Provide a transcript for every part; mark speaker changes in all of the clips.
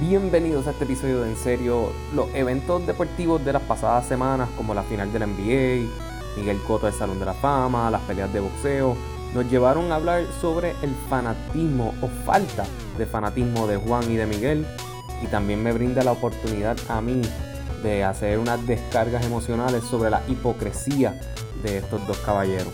Speaker 1: Bienvenidos a este episodio de En Serio, los eventos deportivos de las pasadas semanas como la final de la NBA, Miguel Cotto del Salón de la Fama, las peleas de boxeo, nos llevaron a hablar sobre el fanatismo o falta de fanatismo de Juan y de Miguel y también me brinda la oportunidad a mí de hacer unas descargas emocionales sobre la hipocresía de estos dos caballeros.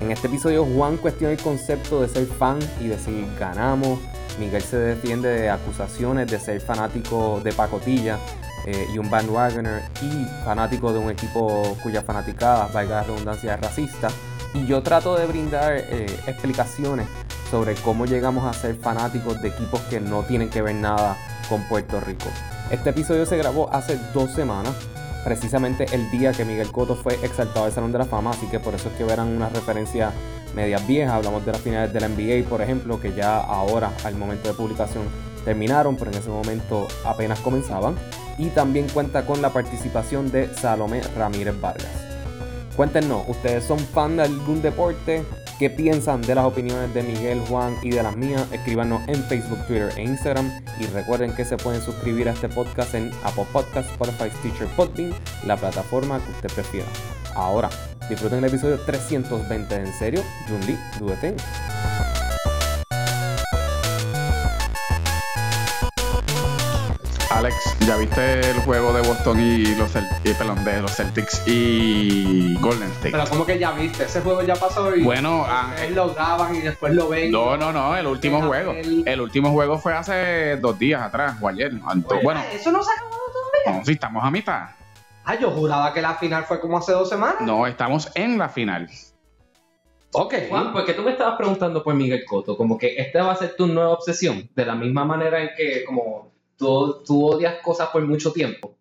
Speaker 1: En este episodio Juan cuestiona el concepto de ser fan y decir ganamos. Miguel se defiende de acusaciones de ser fanático de pacotilla eh, y un bandwagoner y fanático de un equipo cuya fanaticada, valga la redundancia, es racista. Y yo trato de brindar eh, explicaciones sobre cómo llegamos a ser fanáticos de equipos que no tienen que ver nada con Puerto Rico. Este episodio se grabó hace dos semanas, precisamente el día que Miguel Cotto fue exaltado del Salón de la Fama, así que por eso es que verán una referencia medias viejas. Hablamos de las finales de la NBA, por ejemplo, que ya ahora, al momento de publicación, terminaron, pero en ese momento apenas comenzaban. Y también cuenta con la participación de Salomé Ramírez Vargas. Cuéntenos, ¿ustedes son fan de algún deporte? ¿Qué piensan de las opiniones de Miguel, Juan y de las mías? Escríbanos en Facebook, Twitter e Instagram. Y recuerden que se pueden suscribir a este podcast en Apple Podcasts, Spotify, Teacher Podbean, la plataforma que usted prefiera. Ahora, disfruten el episodio 320 de En Serio, Jun Lee, Do the Thing.
Speaker 2: Alex, ¿ya viste el juego de Boston y los, Cel- y, perdón, de los Celtics y Golden State?
Speaker 3: Pero como que ya viste, ese juego ya pasó y
Speaker 2: Bueno, ah,
Speaker 3: ustedes lo graban y después lo ven.
Speaker 2: no, no, no, el último
Speaker 3: Pero
Speaker 2: juego.
Speaker 3: el-
Speaker 2: El último juego fue hace dos días atrás, o ayer. antes-
Speaker 3: Oye,
Speaker 2: Bueno,
Speaker 3: ah, eso no se acabó todavía.
Speaker 2: no, sí, estamos a mitad.
Speaker 3: Ah, yo juraba que la final fue como hace dos semanas.
Speaker 2: No, estamos en la final.
Speaker 3: Ok.
Speaker 4: Juan, ¿por qué tú me estabas preguntando por Miguel Cotto? Como que esta va a ser tu nueva obsesión, de la misma manera en que como tú, tú odias cosas por mucho tiempo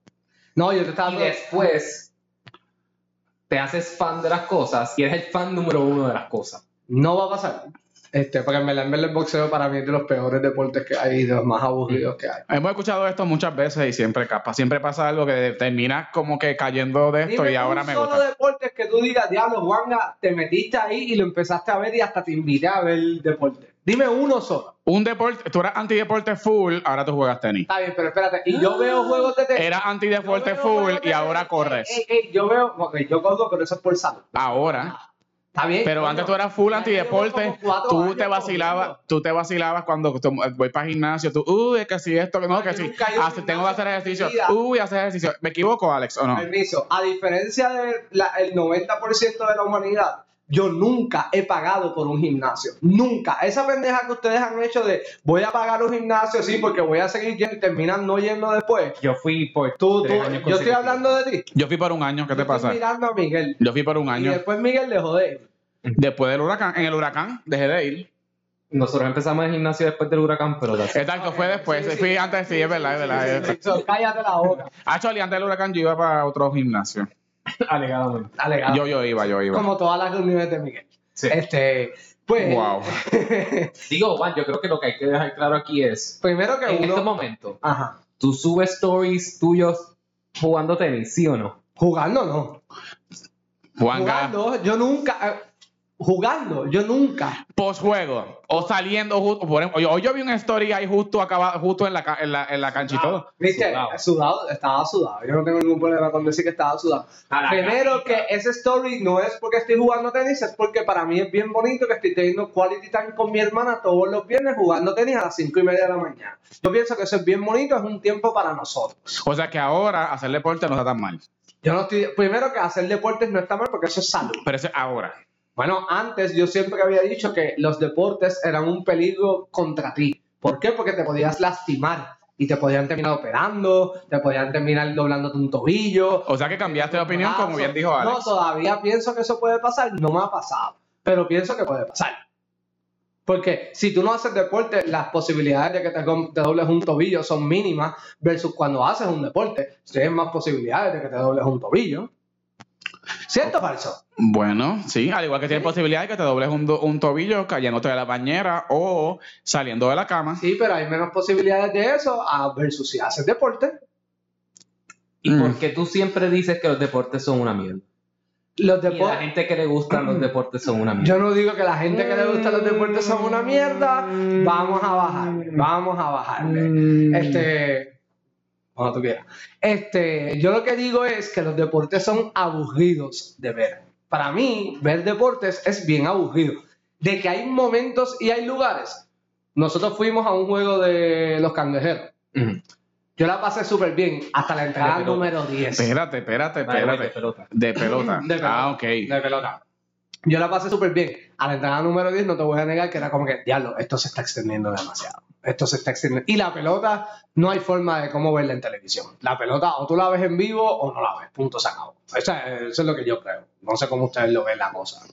Speaker 3: No, yo te estaba
Speaker 4: y después te haces fan de las cosas y eres el fan número uno de las cosas.
Speaker 3: No va a pasar. Este, porque en verdad, en verdad el boxeo para mí es de los peores deportes que hay y de los más aburridos que hay.
Speaker 2: Hemos escuchado esto muchas veces y siempre capa, siempre pasa algo que termina como que cayendo de esto
Speaker 3: Dime
Speaker 2: y ahora
Speaker 3: un
Speaker 2: me
Speaker 3: solo
Speaker 2: gusta.
Speaker 3: deporte que tú digas, diablo, Juanga, te metiste ahí y lo empezaste a ver y hasta te invité a ver el deporte. Dime uno solo.
Speaker 2: Un deporte, tú eras antideporte full, ahora tú juegas tenis.
Speaker 3: Está bien, pero espérate. Y yo veo juegos de tenis.
Speaker 2: Eras
Speaker 3: Yo
Speaker 2: antideporte
Speaker 3: veo
Speaker 2: Ah. full
Speaker 3: juegos
Speaker 2: y
Speaker 3: de-
Speaker 2: ahora
Speaker 3: Ey,
Speaker 2: corres.
Speaker 3: ey, ey, yo veo, ok, yo corro, pero eso es por salud.
Speaker 2: Ahora.
Speaker 3: Está bien.
Speaker 2: Pero
Speaker 3: coño.
Speaker 2: antes tú eras full
Speaker 3: Ya
Speaker 2: antideporte,
Speaker 3: llevo como cuatro
Speaker 2: tú
Speaker 3: años
Speaker 2: te vacilabas,
Speaker 3: corriendo.
Speaker 2: tú te vacilabas cuando tú- voy para el gimnasio, tú, uy, es que si esto, que no,
Speaker 3: Yo
Speaker 2: que si,
Speaker 3: nunca he ido al
Speaker 2: hace- tengo que hacer
Speaker 3: gimnasio en mi
Speaker 2: ejercicio,
Speaker 3: vida.
Speaker 2: uy, hacer ejercicio. ¿Me equivoco, Alex, o no?
Speaker 3: Permiso. A diferencia del 90% de la humanidad, yo nunca he pagado por un gimnasio. Nunca. Esa pendeja que ustedes han hecho de voy a pagar un gimnasio, sí, porque voy a seguir yendo y terminan no yendo después.
Speaker 4: Yo fui por
Speaker 3: Tú,
Speaker 4: tres
Speaker 3: tú-
Speaker 4: años
Speaker 3: yo estoy
Speaker 4: consecutivos.
Speaker 3: hablando de ti.
Speaker 2: Yo fui por un año, ¿qué
Speaker 3: Yo
Speaker 2: te pasa?
Speaker 3: Estoy mirando a Miguel.
Speaker 2: Yo fui por un
Speaker 3: Y
Speaker 2: año.
Speaker 3: después Miguel le jode.
Speaker 2: Después del huracán, en el huracán, dejé de ir.
Speaker 4: Nosotros empezamos el gimnasio después del huracán, pero that's-
Speaker 2: Exacto, fue después, fui antes, sí, es verdad, es verdad. es verdad.
Speaker 3: Cállate la boca.
Speaker 2: Actually, antes del huracán yo iba para otro gimnasio.
Speaker 4: alegadamente.
Speaker 3: Alegado.
Speaker 2: Yo, yo iba, yo iba.
Speaker 3: Como todas las reuniones de Miguel.
Speaker 4: Sí.
Speaker 3: Este, pues,
Speaker 2: Wow.
Speaker 4: Digo, Juan, yo creo que lo que hay que dejar claro aquí es,
Speaker 3: primero que
Speaker 4: en
Speaker 3: uno.
Speaker 4: este momento,
Speaker 3: Ajá.
Speaker 4: tú subes stories tuyos jugando tenis, ¿sí o no?
Speaker 3: Jugando no.
Speaker 2: Juanga,
Speaker 3: Jugando, yo nunca. eh, jugando, yo nunca.
Speaker 2: postjuego, o saliendo justo, por ejemplo, hoy yo vi una story ahí justo acaba, justo en la, ca- en la, en la cancha y todo.
Speaker 3: Viste, eh,
Speaker 4: Sudado.
Speaker 3: sudado. estaba sudado. Yo no tengo ningún problema con decir que estaba sudado.
Speaker 4: A Ah, la
Speaker 3: Primero que
Speaker 4: carita.
Speaker 3: ese story no es porque estoy jugando tenis, es porque para mí es bien bonito que estoy teniendo quality time con mi hermana todos los viernes jugando tenis a las 5 y media de la mañana. Yo pienso que eso es bien bonito, es un tiempo para nosotros.
Speaker 2: O sea que ahora hacer deporte no está tan mal.
Speaker 3: Yo no estoy. Primero que hacer deportes no está mal porque eso es salud.
Speaker 2: Pero eso es ahora.
Speaker 3: Bueno, antes yo siempre había dicho que los deportes eran un peligro contra ti. ¿Por qué? Porque te podías lastimar y te podían terminar operando, te podían terminar doblándote un tobillo.
Speaker 2: O sea que cambiaste de opinión, como bien dijo
Speaker 3: No,
Speaker 2: Alex.
Speaker 3: todavía pienso que eso puede pasar. No me ha pasado, pero pienso que puede pasar. Porque si tú no haces deporte, las posibilidades de que te, com- te dobles un tobillo son mínimas versus cuando haces un deporte. Tienes más posibilidades de que te dobles un tobillo. ¿Cierto o falso?
Speaker 2: Bueno, sí, al igual que tienes posibilidad de que te dobles un, do- un tobillo cayéndote de la bañera o saliendo de la cama.
Speaker 3: Sí, pero hay menos posibilidades de eso a versus si haces deporte.
Speaker 4: ¿Y
Speaker 2: Mm.
Speaker 4: por qué tú siempre dices que los deportes son una mierda?
Speaker 3: Los
Speaker 4: Y la
Speaker 3: deportes.
Speaker 4: gente que le gustan los deportes son una mierda.
Speaker 3: Yo no digo que la gente que le gusta los deportes son una mierda. Vamos a bajarle, vamos a bajarle.
Speaker 2: Mm.
Speaker 3: Este. Cuando tú quieras. Este, yo lo que digo es que los deportes son aburridos de ver. Para mí, ver deportes es bien aburrido. De que hay momentos y hay lugares. Nosotros fuimos a un juego de los cangrejeros.
Speaker 4: Mm.
Speaker 3: Yo la pasé súper bien hasta la entrada
Speaker 4: pelota.
Speaker 3: número 10.
Speaker 2: Espérate, espérate,
Speaker 4: Vale, vale,
Speaker 2: espérate.
Speaker 4: pelota.
Speaker 2: De pelota.
Speaker 3: De pelota.
Speaker 2: Ah, ok.
Speaker 3: de pelota. Yo la pasé súper bien. A la entrada número 10 no te voy a negar que era como que, diablo, esto se está extendiendo demasiado. Esto se está extendiendo. Y la pelota, no hay forma de cómo verla en televisión. La pelota o tú la ves en vivo o no la ves. Punto, se acabó. Esa- Eso es, lo que yo creo. No sé cómo ustedes lo ven la cosa.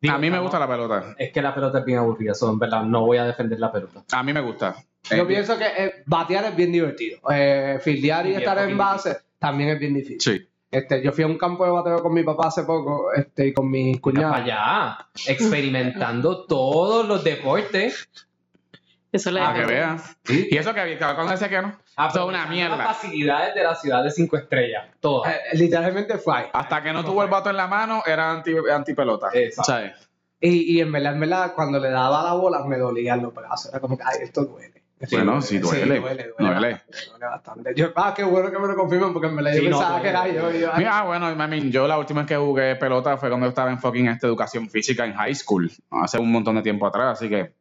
Speaker 4: Digo,
Speaker 2: A mí me
Speaker 4: no,
Speaker 2: gusta la pelota.
Speaker 4: Es que la pelota es bien aburrida, son en verdad, no voy a defender la pelota.
Speaker 2: A mí me gusta.
Speaker 3: Yo
Speaker 2: Eh,
Speaker 3: pienso que eh, batear es bien divertido. Eh, fildear y
Speaker 4: Bien,
Speaker 3: estar en
Speaker 4: bien
Speaker 3: base también es bien difícil.
Speaker 2: Sí.
Speaker 3: Este, yo fui a un campo de bateo con mi papá hace poco este, y con mi
Speaker 4: Mira
Speaker 3: cuñado.
Speaker 4: para allá, experimentando todos los deportes.
Speaker 5: Eso le
Speaker 2: Para Ah, que veas. Y eso que había cuando decía que Ah, no. Esto es una
Speaker 4: aprovechando
Speaker 2: mierda.
Speaker 4: Las facilidades de la ciudad de cinco estrellas, todas.
Speaker 3: Eh, literalmente fue ahí.
Speaker 2: Hasta que no tuvo el vato en la mano, era anti, antipelota.
Speaker 4: Exacto.
Speaker 2: ¿Sabes?
Speaker 3: Y, y en verdad, en verdad, cuando le daba la bola me dolían los brazos. Era como que, ay, esto duele. Esto
Speaker 2: Bueno, sí, duele.
Speaker 3: duele,
Speaker 2: Duele.
Speaker 3: bastante, duele bastante. Yo, ah, qué bueno que me lo confirman porque en verdad
Speaker 4: Sí,
Speaker 3: yo
Speaker 4: no,
Speaker 3: pensaba
Speaker 4: duele.
Speaker 3: que era yo. y yo, ay,
Speaker 2: Mira, ah, bueno, I mean, yo la última vez que jugué pelota fue cuando estaba en fucking esta educación física en high school, hace un montón de tiempo atrás, así que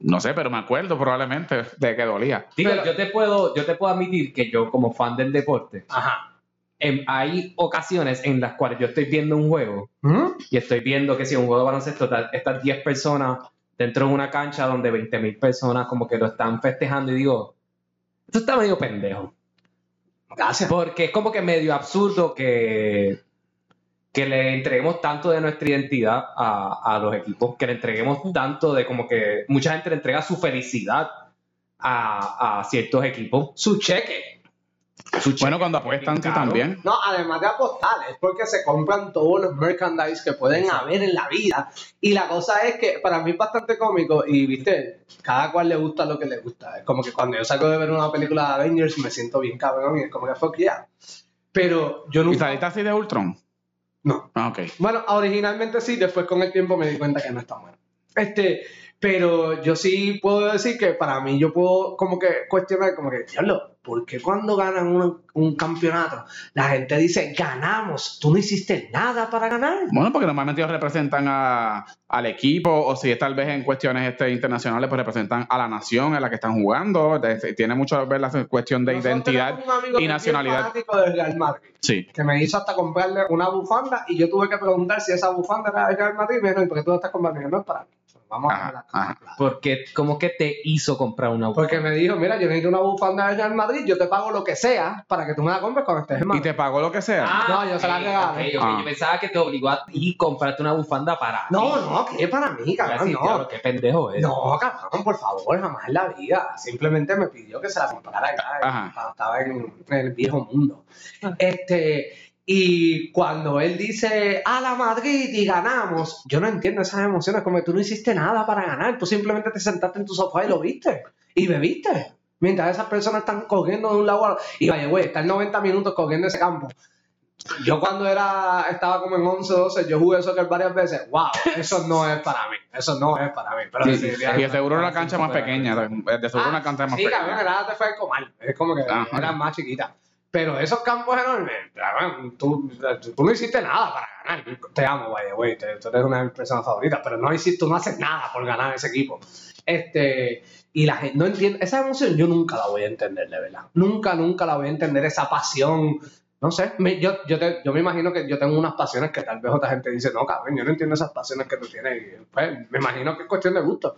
Speaker 2: no sé, pero me acuerdo probablemente de que dolía.
Speaker 4: Digo,
Speaker 3: Pero-
Speaker 4: yo te puedo, yo te puedo admitir que yo, como fan del deporte,
Speaker 3: Ajá.
Speaker 4: em, hay ocasiones en las cuales yo estoy viendo un juego
Speaker 3: ¿Mm?
Speaker 4: y estoy viendo que si un juego de baloncesto está- estas 10 personas dentro de una cancha donde 20.000 personas como que lo están festejando y digo, esto está medio pendejo.
Speaker 3: Gracias.
Speaker 4: Porque es como que medio absurdo que, que le entreguemos tanto de nuestra identidad a, a los equipos, que le entreguemos tanto de como que mucha gente le entrega su felicidad a, a ciertos equipos.
Speaker 3: Su cheque.
Speaker 4: Su cheque.
Speaker 2: Bueno, cuando apuestan tú
Speaker 4: Claro.
Speaker 2: también.
Speaker 3: No, además de apostar, es porque se compran todos los merchandise que pueden haber en la vida. Y la cosa es que para mí es bastante cómico y, viste, cada cual le gusta lo que le gusta. Es como que cuando yo salgo de ver una película de Avengers me siento bien cabrón y es como que fuck yeah. Pero yo
Speaker 2: ¿Y
Speaker 3: nunca...
Speaker 2: saliste así de Ultron?
Speaker 3: No.
Speaker 2: Ah, ok.
Speaker 3: Bueno, originalmente sí, después con el tiempo me di cuenta que no está bueno. Este, pero yo sí puedo decir que para mí yo puedo como que cuestionar, como que, diablo, ¿por qué cuando ganan un, un campeonato la gente dice, ganamos, tú no hiciste nada para ganar?
Speaker 2: Bueno, porque normalmente ellos representan a- al equipo, o si es tal vez en cuestiones este, internacionales, pues representan a la nación en la que están jugando. De- Tiene mucho que ver la cuestión de
Speaker 3: Nosotros
Speaker 2: identidad
Speaker 3: tenemos un amigo que
Speaker 2: y
Speaker 3: es bien
Speaker 2: nacionalidad.
Speaker 3: fanático del Real Madrid,
Speaker 2: Sí.
Speaker 3: que me hizo hasta comprarle una bufanda y yo tuve que preguntar si esa bufanda era del Real Madrid, y me dijo, "¿Y por qué tú la estás comprando? Y yo, no es para mí. Vamos a
Speaker 2: Ajá,
Speaker 3: ver la cara.
Speaker 4: Porque, ¿cómo que te hizo comprar una
Speaker 3: Porque me dijo, mira, yo necesito una bufanda del Real Madrid, yo te pago lo que sea para que tú me la compres cuando estés en
Speaker 2: Y
Speaker 3: Madrid.
Speaker 2: te pagó lo que sea.
Speaker 3: No, yo se la
Speaker 4: Ah, ok,
Speaker 3: regalé.
Speaker 4: ok, ok.
Speaker 2: Ah.
Speaker 4: Yo pensaba que te obligó a ti comprarte una bufanda para.
Speaker 3: No,
Speaker 4: ti.
Speaker 3: no, que es para mí,
Speaker 4: Iba a
Speaker 3: cabrón,
Speaker 4: decir,
Speaker 3: no.
Speaker 4: "Diablo, qué pendejo es.
Speaker 3: No, cabrón, por favor, jamás en la vida. Simplemente me pidió que se la comprara acá
Speaker 2: Ajá.
Speaker 3: cuando estaba en, en el viejo mundo. Este, y cuando él dice a la Madrid y ganamos, yo no entiendo esas emociones, como que tú no hiciste nada para ganar, tú simplemente te sentaste en tu sofá y lo viste y bebiste. Mientras esas personas están cogiendo de un lado a otro. Y vaya, güey, estar 90 minutos cogiendo ese campo. Yo cuando era, estaba como en 11, 12, yo jugué soccer varias veces. Wow, eso no es para mí. Eso no es para mí. Pero
Speaker 4: Sí,
Speaker 3: sí,
Speaker 4: sí,
Speaker 2: Y de seguro una cancha más
Speaker 4: Supera.
Speaker 2: pequeña. de- De seguro una cancha más
Speaker 3: Ah, sí, cabrón,
Speaker 2: pequeña.
Speaker 3: era te fue el comal. Es como que
Speaker 2: Ah,
Speaker 3: era
Speaker 2: ok.
Speaker 3: más chiquita. Pero esos campos enormes, cabrón, tú, tú no hiciste nada para ganar. Te amo, vaya, güey, te- tú eres una de mis personas favoritas, pero no hiciste, tú no haces nada por ganar ese equipo. Este, y la gente no entiende, esa emoción yo nunca la voy a entender, de verdad. Nunca, nunca la voy a entender, esa pasión. No sé, me- yo, yo, te- yo me imagino que yo tengo unas pasiones que tal vez otra gente dice, no, cabrón, yo no entiendo esas pasiones que tú tienes. Y, pues, me imagino que es cuestión de gusto.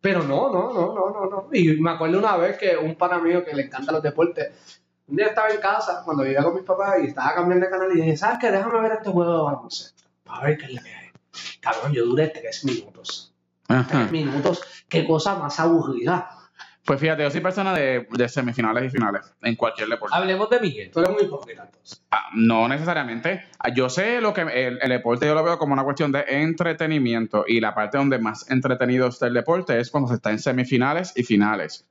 Speaker 3: Pero no, no, no, no, no, no. Y me acuerdo una vez que un pana mío que le encanta los deportes, un día estaba en casa cuando vivía con mis papás y estaba cambiando de canal y dije, ¿sabes qué? Déjame ver este juego de baloncesto. Para ver qué es la que hay. Cabrón, yo duré tres minutos.
Speaker 2: Ajá.
Speaker 3: Tres minutos. Qué cosa más aburrida.
Speaker 2: Pues fíjate, yo soy persona de, de semifinales y finales en cualquier deporte.
Speaker 4: Hablemos de Miguel.
Speaker 3: Tú eres muy hipócrita entonces.
Speaker 2: Ah, No necesariamente. Ah, Yo sé lo que el, el deporte yo lo veo como una cuestión de entretenimiento y la parte donde más entretenido está el deporte es cuando se está en semifinales y finales.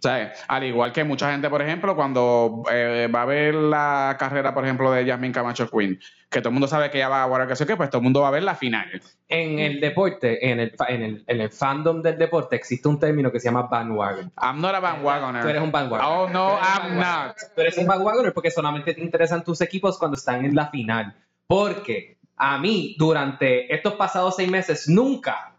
Speaker 2: sea, Al igual que mucha gente, por ejemplo, cuando eh, va a ver la carrera, por ejemplo, de Jasmine Camacho Queen, que todo el mundo sabe que ella va a guardar que sé qué, pues todo el mundo va a ver la final.
Speaker 4: En el deporte, en el, fa- en, el, en el fandom del deporte, existe un término que se llama bandwagon.
Speaker 2: I'm not a bandwagoner.
Speaker 4: Tú eres un bandwagoner.
Speaker 2: Oh, no,
Speaker 4: Tú eres
Speaker 2: I'm
Speaker 4: un bandwagoner.
Speaker 2: not.
Speaker 4: Tú eres un bandwagoner porque solamente te interesan tus equipos cuando están en la final. Porque a mí, durante estos pasados seis meses, nunca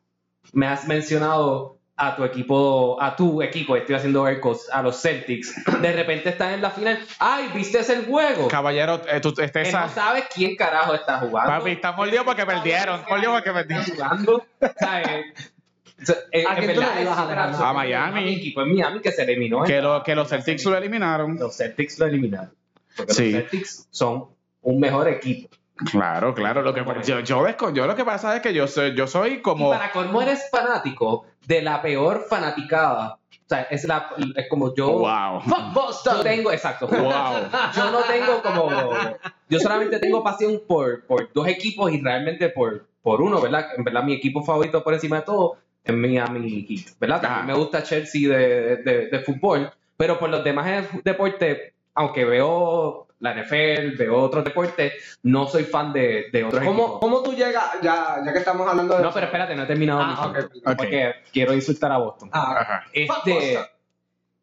Speaker 4: me has mencionado a tu equipo, a tu equipo, estoy haciendo air quotes, a los Celtics. De repente están en la final. ¡Ay, viste el juego!
Speaker 2: Caballero, eh, tú este,
Speaker 4: Él
Speaker 2: esa-
Speaker 4: no sabe quién carajo está jugando.
Speaker 2: Papi, está mordido porque perdieron, mordido porque perdieron.
Speaker 4: Está jugando, ¿sabes? O sea, en-
Speaker 3: ¿A
Speaker 4: en
Speaker 3: quién tú
Speaker 4: verdad
Speaker 3: le
Speaker 4: es
Speaker 3: ibas a
Speaker 4: súper
Speaker 3: ganar?
Speaker 4: absurdo.
Speaker 2: A Miami.
Speaker 4: Mi equipo es Miami que se eliminó.
Speaker 2: que, lo- que los Celtics lo eliminaron.
Speaker 4: Los Celtics lo eliminaron. Porque
Speaker 2: Sí.
Speaker 4: los Celtics son un mejor equipo.
Speaker 2: Claro, claro. Lo que, yo, yo, desco- yo lo que pasa es que yo soy, yo soy
Speaker 4: Y
Speaker 2: como...
Speaker 4: para colmo eres fanático de la peor fanaticada. O sea, es, la, es como yo...
Speaker 2: Wow.
Speaker 4: ¡Fuck Boston! Yo tengo, exacto.
Speaker 2: Wow.
Speaker 4: Yo no tengo como... Yo solamente tengo pasión por, por dos equipos y realmente por, por uno, ¿verdad? En verdad, mi equipo favorito por encima de todo es Miami Heat, ¿verdad? También
Speaker 2: Ajá.
Speaker 4: me gusta Chelsea de, de- de fútbol, pero por los demás eh, deportes, aunque veo la NFL, veo otros deportes, no soy fan de, de otros
Speaker 3: ¿Cómo,
Speaker 4: equipos.
Speaker 3: ¿Cómo tú llegas, ya, ya que estamos hablando de...
Speaker 4: No, pero espérate, no he terminado
Speaker 3: Ah,
Speaker 4: mi
Speaker 3: ok,
Speaker 4: punto,
Speaker 2: ok.
Speaker 4: porque quiero insultar a Boston.
Speaker 3: Ah,
Speaker 2: Ajá.
Speaker 3: Fuck
Speaker 4: Este,
Speaker 3: Boston.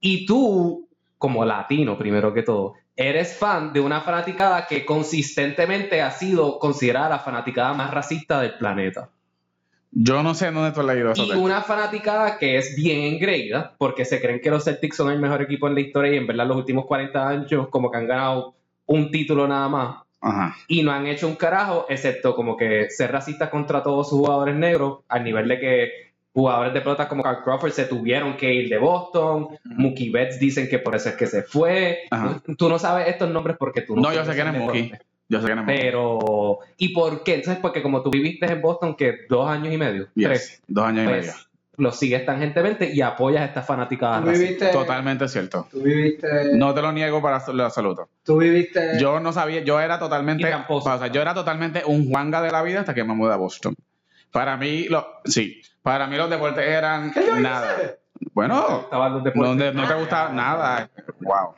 Speaker 4: y tú, como latino primero que todo, eres fan de una fanaticada que consistentemente ha sido considerada la fanaticada más racista del planeta.
Speaker 2: Yo no sé en dónde tú has leído eso.
Speaker 4: Y
Speaker 2: Tel.
Speaker 4: una fanaticada que es bien engreída, porque se creen que los Celtics son el mejor equipo en la historia y en verdad los últimos 40 años como que han ganado un título nada más
Speaker 2: Ajá.
Speaker 4: y no han hecho un carajo, excepto como que ser racistas contra todos sus jugadores negros, al nivel de que jugadores de pelotas como Carl Crawford se tuvieron que ir de Boston, Mookie Betts dicen que por eso es que se fue.
Speaker 2: Ajá.
Speaker 4: Tú no sabes estos nombres porque tú
Speaker 2: No, yo sé
Speaker 4: conoces
Speaker 2: quién es
Speaker 4: el
Speaker 2: Mookie.
Speaker 4: deporte.
Speaker 2: Yo sé que no me-
Speaker 4: Pero, ¿y por qué? Entonces, porque como tú viviste en Boston, que dos años y medio,
Speaker 2: Yes.
Speaker 4: tres,
Speaker 2: Dos años y medio.
Speaker 4: pues lo sigues tangentemente y apoyas a esta fanaticada
Speaker 2: Ah,
Speaker 3: tú
Speaker 4: racista.
Speaker 3: viviste...
Speaker 2: Totalmente cierto.
Speaker 3: Tú viviste...
Speaker 2: No te lo niego para lo absoluto.
Speaker 3: Tú viviste...
Speaker 2: Yo no sabía, yo era
Speaker 4: Y
Speaker 2: totalmente, o
Speaker 4: tramposo.
Speaker 2: sea, yo era totalmente un Juanga de la vida hasta que me mudé a Boston. Para mí, lo, sí, para mí los deportes eran
Speaker 3: ¿Qué yo hice?
Speaker 2: nada. Bueno,
Speaker 4: Estaban los deportes.
Speaker 2: donde no te gustaba nada. Pues, ah, Wow.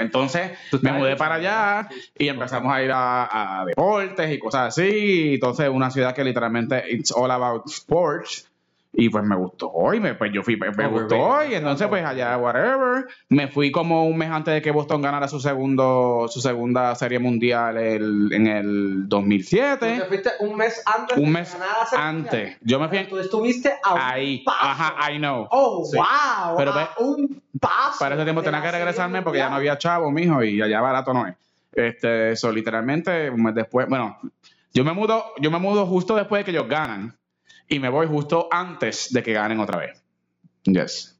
Speaker 2: Entonces me
Speaker 4: Tú estabas-
Speaker 2: mudé para allá y empezamos a ir a, a deportes y cosas así. Entonces una ciudad que literalmente it's all about sports. Y pues me gustó y me, pues yo fui, me, me gustó y entonces pues allá whatever. Me fui como un mes antes de que Boston ganara su segundo su segunda serie mundial el- en el
Speaker 3: tú te
Speaker 2: 2007.
Speaker 3: fuiste un mes antes
Speaker 2: Un
Speaker 3: de
Speaker 2: mes
Speaker 3: ganar la serie
Speaker 2: antes.
Speaker 3: mundial.
Speaker 2: Yo me fui en-
Speaker 3: Tú estuviste a un
Speaker 2: ahí.
Speaker 3: paso.
Speaker 2: Ajá, I know.
Speaker 3: Oh,
Speaker 2: Sí.
Speaker 3: wow.
Speaker 2: Pero
Speaker 3: a
Speaker 2: ve-
Speaker 3: un paso.
Speaker 2: Para ese tiempo
Speaker 3: de
Speaker 2: tenía que
Speaker 3: la Serie
Speaker 2: regresarme porque ya no
Speaker 3: Mundial.
Speaker 2: había chavo, mijo, y allá barato no es. Este, eso literalmente un mes después, bueno, yo me mudo, yo me mudo justo después de que ellos ganan y me voy justo antes de que ganen otra vez. Yes.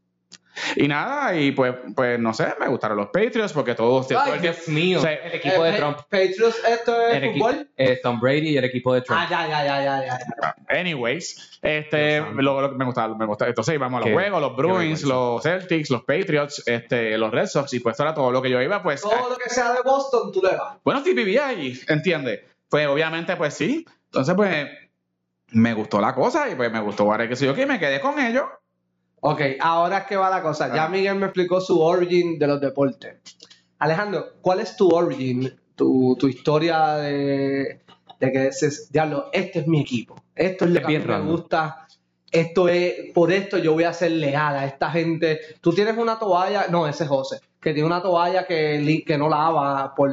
Speaker 2: Y nada, y pues, pues no sé, me gustaron los Patriots porque todos todo
Speaker 4: Ay,
Speaker 2: el tiempo-
Speaker 4: Dios mío,
Speaker 2: o sea,
Speaker 4: el equipo de
Speaker 3: Eh,
Speaker 4: Trump.
Speaker 3: Pa- Patriots, esto es
Speaker 4: El equi-
Speaker 3: fútbol.
Speaker 4: eh, Tom Brady y el equipo de Trump.
Speaker 3: Ah, ya, ya, ya, ya, ya. ya.
Speaker 2: Anyways, este,
Speaker 4: Dios santo.
Speaker 2: lo, lo que me gustaba, me gustaba. Entonces íbamos a los
Speaker 4: Qué-
Speaker 2: juegos, los
Speaker 4: qué
Speaker 2: Bruins,
Speaker 4: vergüenza.
Speaker 2: los Celtics, los Patriots, este, los Red Sox, y pues era todo lo que yo iba,
Speaker 4: Oh,
Speaker 2: pues.
Speaker 3: Todo lo que sea de Boston, tú le vas.
Speaker 2: Bueno, sí, vivía ahí, ¿entiendes? Pues obviamente, pues sí. Entonces, pues, me gustó la cosa y pues me gustó ahora que sé yo que me quedé con ellos.
Speaker 3: Ok, ahora es que va la cosa. Ya
Speaker 2: Ah.
Speaker 3: Miguel me explicó su origin de los deportes. Alejandro, ¿cuál es tu origin? Tu, tu historia de, de que dices, diablo, este es mi equipo. Esto es lo
Speaker 4: Es
Speaker 3: que a mí
Speaker 4: bien
Speaker 3: me
Speaker 4: random.
Speaker 3: gusta. Esto es, por esto yo voy a ser leal a esta gente. Tú tienes una toalla, no, ese es José, que tiene una toalla que, li- que no lava por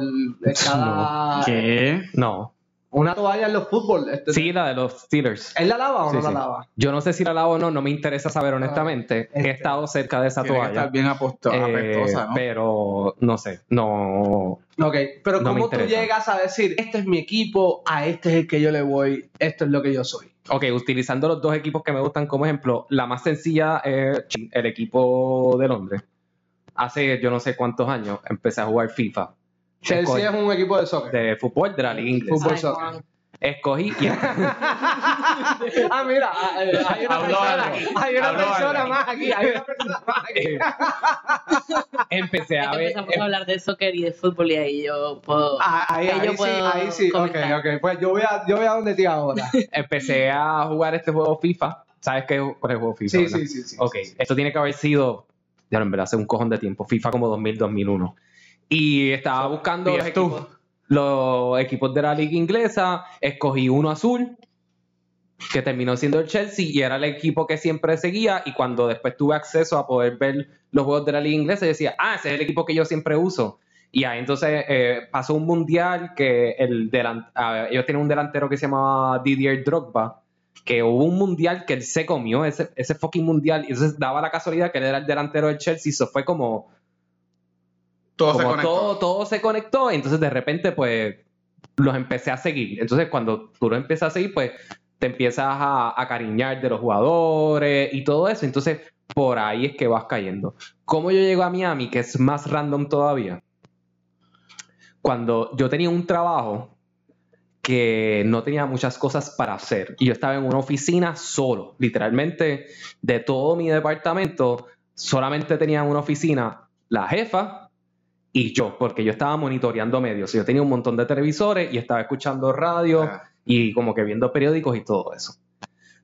Speaker 3: cada...
Speaker 4: Ah,
Speaker 2: ¿Qué?
Speaker 4: No.
Speaker 3: Una toalla en los fútbol. Este-
Speaker 4: Sí, la de los Steelers.
Speaker 3: ¿Él la lava o
Speaker 4: Sí,
Speaker 3: eh, no la
Speaker 4: sí.
Speaker 3: lava?
Speaker 4: Yo no sé si la lavo o no, no me interesa saber honestamente.
Speaker 3: este.
Speaker 4: He estado cerca de esa
Speaker 2: Tiene que estar
Speaker 4: toalla.
Speaker 2: bien aposto-
Speaker 4: eh,
Speaker 2: apestosa, ¿no?
Speaker 4: Pero no sé, no.
Speaker 3: Ok, pero
Speaker 4: No me
Speaker 3: ¿cómo tú
Speaker 4: interesa.
Speaker 3: llegas a decir, este es mi equipo, a este es el que yo le voy, esto es lo que yo soy?
Speaker 4: Ok, utilizando los dos equipos que me gustan como ejemplo, la más sencilla es el equipo de Londres. Hace yo no sé cuántos años empecé a jugar FIFA Escoge.
Speaker 3: Chelsea es un equipo de soccer.
Speaker 4: de fútbol de la liga inglesa.
Speaker 3: Fútbol soccer.
Speaker 4: Escogí y
Speaker 3: ah, mira, ah, eh, hay una
Speaker 2: Habló
Speaker 3: persona,
Speaker 2: algo.
Speaker 3: hay una
Speaker 2: Habló
Speaker 3: persona
Speaker 2: algo.
Speaker 3: más aquí, hay una persona más aquí.
Speaker 4: empecé a
Speaker 5: que
Speaker 4: ver.
Speaker 5: empezamos a hablar de soccer y de fútbol y ahí yo puedo...
Speaker 3: Ah, ahí,
Speaker 5: Ahí yo
Speaker 3: ahí sí,
Speaker 5: puedo
Speaker 3: ahí sí. Ok,
Speaker 5: comentar.
Speaker 3: ok, pues yo voy a, yo voy a donde te ahora.
Speaker 4: empecé a jugar este juego FIFA. ¿Sabes qué es el juego FIFA?
Speaker 3: Sí,
Speaker 4: verdad?
Speaker 3: sí, sí, sí.
Speaker 4: Ok, esto tiene que haber sido Ya en verdad hace un cojón de tiempo. FIFA como 2000, 2001. Y estaba buscando los
Speaker 2: PS2.
Speaker 4: equipos, los equipos de la liga inglesa. Escogí uno azul, que terminó siendo el Chelsea, y era el equipo que siempre seguía. Y cuando después tuve acceso a poder ver los juegos de la liga inglesa, yo decía, ah, ese es el equipo que yo siempre uso. Y ahí entonces eh, pasó un mundial que el delan- ah, ellos tienen un delantero que se llamaba Didier Drogba, que hubo un mundial que él se comió ese, ese fucking mundial. Y entonces daba la casualidad que él era el delantero del Chelsea. Eso fue como
Speaker 2: Todo se
Speaker 4: como
Speaker 2: conectó.
Speaker 4: todo, todo se conectó, entonces de repente, pues, los empecé a seguir. Entonces, cuando tú los empiezas a seguir, pues, te empiezas a a acariñar de los jugadores y todo eso. Entonces, por ahí es que vas cayendo. ¿Cómo yo llego a Miami, que es más random todavía? Cuando yo tenía un trabajo que no tenía muchas cosas para hacer y yo estaba en una oficina solo, literalmente de todo mi departamento, solamente tenía en una oficina la jefa y yo, porque yo estaba monitoreando medios. Yo tenía un montón de televisores y estaba escuchando radio
Speaker 2: Ah.
Speaker 4: y como que viendo periódicos y todo eso.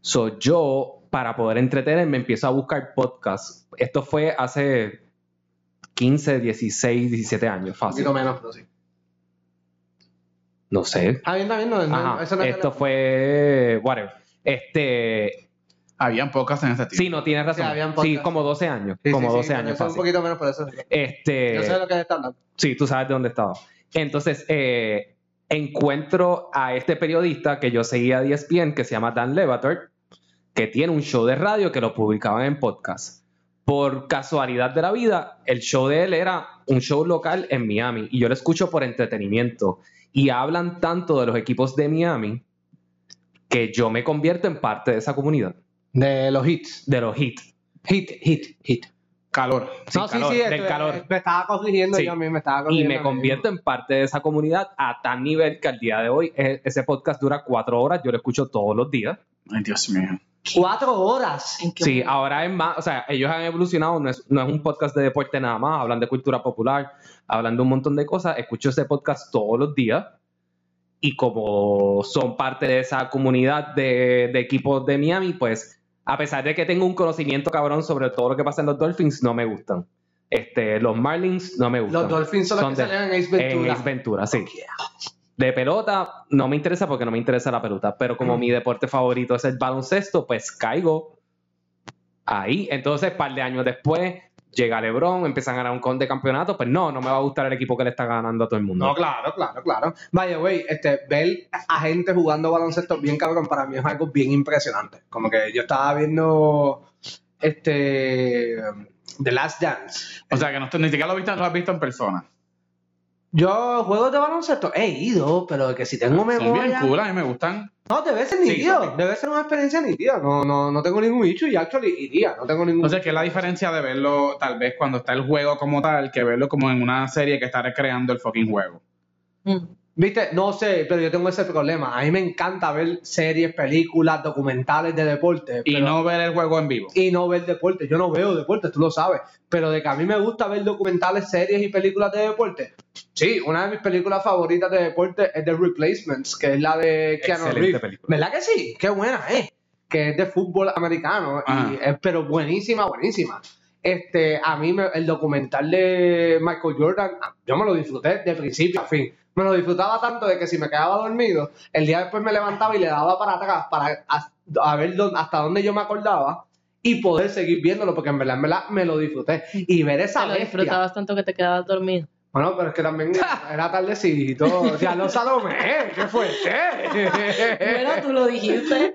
Speaker 4: So, yo, para poder entretenerme, empiezo a buscar podcasts. Esto fue hace 15, 16, 17 años,
Speaker 3: Un
Speaker 4: fácil.
Speaker 3: poquito menos, pero sí.
Speaker 4: No sé.
Speaker 3: Ah, bien, está bien, no, no,
Speaker 4: Ajá,
Speaker 3: eso no es
Speaker 4: esto fue. Whatever. Este.
Speaker 2: Habían pocas en ese tiempo.
Speaker 4: Sí, no tienes razón.
Speaker 3: Sí, habían
Speaker 4: Sí,
Speaker 3: podcasts.
Speaker 4: como 12 años.
Speaker 3: Sí, sí,
Speaker 4: como
Speaker 3: sí,
Speaker 4: 12
Speaker 3: pero
Speaker 4: años,
Speaker 3: eso es Un
Speaker 4: fácil.
Speaker 3: poquito menos, pero eso
Speaker 4: Este.
Speaker 3: Yo sé de lo que está hablando.
Speaker 4: Sí, tú sabes de dónde estaba. Entonces, eh, encuentro a este periodista que yo seguía de E ESPN, que se llama Dan Levator, que tiene un show de radio que lo publicaban en podcast. Por casualidad de la vida, el show de él era un show local en Miami y yo lo escucho por entretenimiento. Y hablan tanto de los equipos de Miami que yo me convierto en parte de esa comunidad,
Speaker 3: De los hits.
Speaker 4: de los hits.
Speaker 3: Hit, hit, hit.
Speaker 2: Calor.
Speaker 3: no,
Speaker 4: calor,
Speaker 3: sí, sí,
Speaker 4: del
Speaker 3: esto-
Speaker 4: calor.
Speaker 3: eh, Me estaba corrigiendo
Speaker 4: Sí.
Speaker 3: yo a mí, me estaba
Speaker 4: y
Speaker 3: corrigiendo. a
Speaker 4: me
Speaker 3: mí.
Speaker 4: convierto en parte de esa comunidad a tal nivel que al día de hoy e- ese podcast dura cuatro horas, yo lo escucho todos los días.
Speaker 2: Ay, Dios mío.
Speaker 3: Cuatro horas.
Speaker 5: ¿En qué
Speaker 4: Sí, ah,
Speaker 5: momento?
Speaker 4: ahora es más, o sea, ellos han evolucionado, no es, no es un podcast de deporte nada más, hablan de cultura popular, hablan de un montón de cosas, escucho ese podcast todos los días y como son parte de esa comunidad de, de equipos de Miami, pues a pesar de que tengo un conocimiento cabrón sobre todo lo que pasa en los Dolphins, no me gustan. Este, los Marlins no me gustan.
Speaker 3: Los Dolphins son los
Speaker 4: Son
Speaker 3: que
Speaker 4: de-
Speaker 3: salían en Ace
Speaker 4: En
Speaker 3: Ventura.
Speaker 4: Ace Ventura, sí. De pelota, no me interesa porque no me interesa la pelota, pero
Speaker 2: Mm.
Speaker 4: como mi deporte favorito es el baloncesto, pues caigo ahí. Entonces, par de años después, llega LeBron, empiezan a ganar un con de campeonato, pues no, no me va a gustar el equipo que le está ganando a todo el mundo.
Speaker 3: No, claro, claro, claro. Vaya, güey, este, ver a gente jugando baloncesto bien cabrón para mí es algo bien impresionante. Como que yo estaba viendo este The Last Dance.
Speaker 2: O sea, que no, te- ni siquiera lo, viste, lo has visto en persona.
Speaker 3: Yo juegos de baloncesto he ido, pero que si tengo
Speaker 2: Son bien
Speaker 3: memoria.
Speaker 2: cool, a mí me gustan.
Speaker 3: No, debe ser
Speaker 2: Sí,
Speaker 3: nítido.
Speaker 2: son-
Speaker 3: debe ser una experiencia nítida. No, no, no tengo ningún bicho y actually iría. No tengo ningún.
Speaker 2: Entonces, ¿qué es la diferencia de verlo tal vez cuando está el juego como tal que verlo como en una serie que está recreando el fucking juego?
Speaker 5: Mm.
Speaker 3: Viste, no sé, pero yo tengo ese problema. A mí me encanta ver series, películas, documentales de deporte.
Speaker 2: Y
Speaker 3: pero-
Speaker 2: no ver el juego en vivo.
Speaker 3: y no ver deporte. Yo no veo deporte, tú lo sabes. Pero de que a mí me gusta ver documentales, series y películas de deporte. Sí, una de mis películas favoritas de deporte es The Replacements, que es la de Keanu
Speaker 4: Excelente
Speaker 3: Reeves.
Speaker 4: película.
Speaker 3: ¿Verdad que sí? Qué buena es. Que es de fútbol americano, y
Speaker 2: Ajá.
Speaker 3: es- pero buenísima, buenísima. Este, a mí me- el documental de Michael Jordan, ah, yo me lo disfruté de principio a fin. Me lo disfrutaba tanto de que si me quedaba dormido, el día después me levantaba y le daba para atrás para a, a ver dónde- hasta dónde yo me acordaba y poder seguir viéndolo, porque en verdad, en verdad me lo disfruté. Y ver esa
Speaker 5: Te lo
Speaker 3: ah, bestia-
Speaker 5: disfrutabas tanto que te quedabas dormido.
Speaker 3: Bueno, pero es que también era tardecito. Ya lo salomé, qué ¿eh? fuerte.
Speaker 5: Bueno, tú lo dijiste.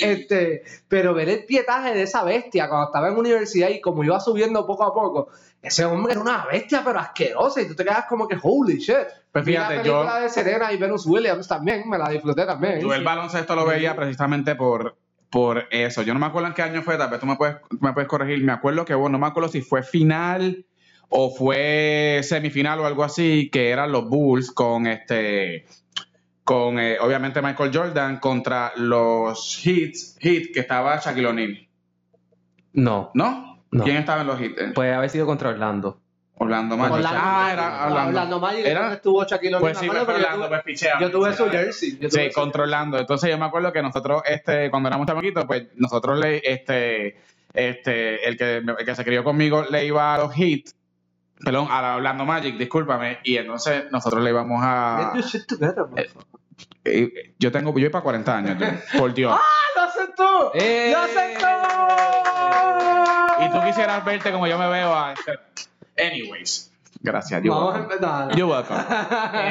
Speaker 3: este, pero ver el pietaje de esa bestia cuando estaba en universidad y como iba subiendo poco a poco, ese hombre era una bestia pero asquerosa y tú te quedas como que holy shit.
Speaker 2: Pues
Speaker 3: Vi
Speaker 2: fíjate,
Speaker 3: la película
Speaker 2: yo-
Speaker 3: de Serena y Venus Williams también, me la disfruté también.
Speaker 2: Yo el baloncesto lo veía precisamente por, por eso. Yo no me acuerdo en qué año fue, tal vez tú me puedes, me puedes corregir. Me acuerdo que, bueno, no me acuerdo si fue final o fue semifinal o algo así, que eran los Bulls con este con eh, obviamente Michael Jordan contra los Hits, Heat que estaba Shaquille O'Neal,
Speaker 4: No,
Speaker 2: ¿no?
Speaker 4: No.
Speaker 2: ¿Quién estaba en los Heat? Eh,
Speaker 4: puede haber sido contra Orlando.
Speaker 2: Orlando Magic.
Speaker 3: Orlando
Speaker 2: ah,
Speaker 3: Magic.
Speaker 2: era Orlando.
Speaker 3: Orlando Magic,
Speaker 2: Era-
Speaker 3: entonces estuvo Shaquille O'Neal,
Speaker 2: Pues sí,
Speaker 3: me
Speaker 2: fue
Speaker 3: acuerdo, pero
Speaker 2: Orlando,
Speaker 3: yo
Speaker 2: pues pichea.
Speaker 3: tuve, yo tuve su jersey. yo tuve
Speaker 2: Sí,
Speaker 3: su
Speaker 2: controlando. Entonces yo me acuerdo que nosotros, este, cuando éramos chamaquitos, pues nosotros le, este, Este, el que, el que se crió conmigo le iba a los Heat, perdón, a la Orlando Magic, discúlpame, y entonces nosotros le íbamos a...
Speaker 3: Get your shit together, bro.
Speaker 2: eh, Yo tengo, yo voy para 40 años, dude, por Dios.
Speaker 3: ¡Lo haces tú!
Speaker 4: ¡Eh!
Speaker 3: ¡Lo haces tú!
Speaker 2: Y tú quisieras verte como yo me veo a... Anyways, gracias, yo.
Speaker 3: Vamos a empezar.
Speaker 2: You're welcome.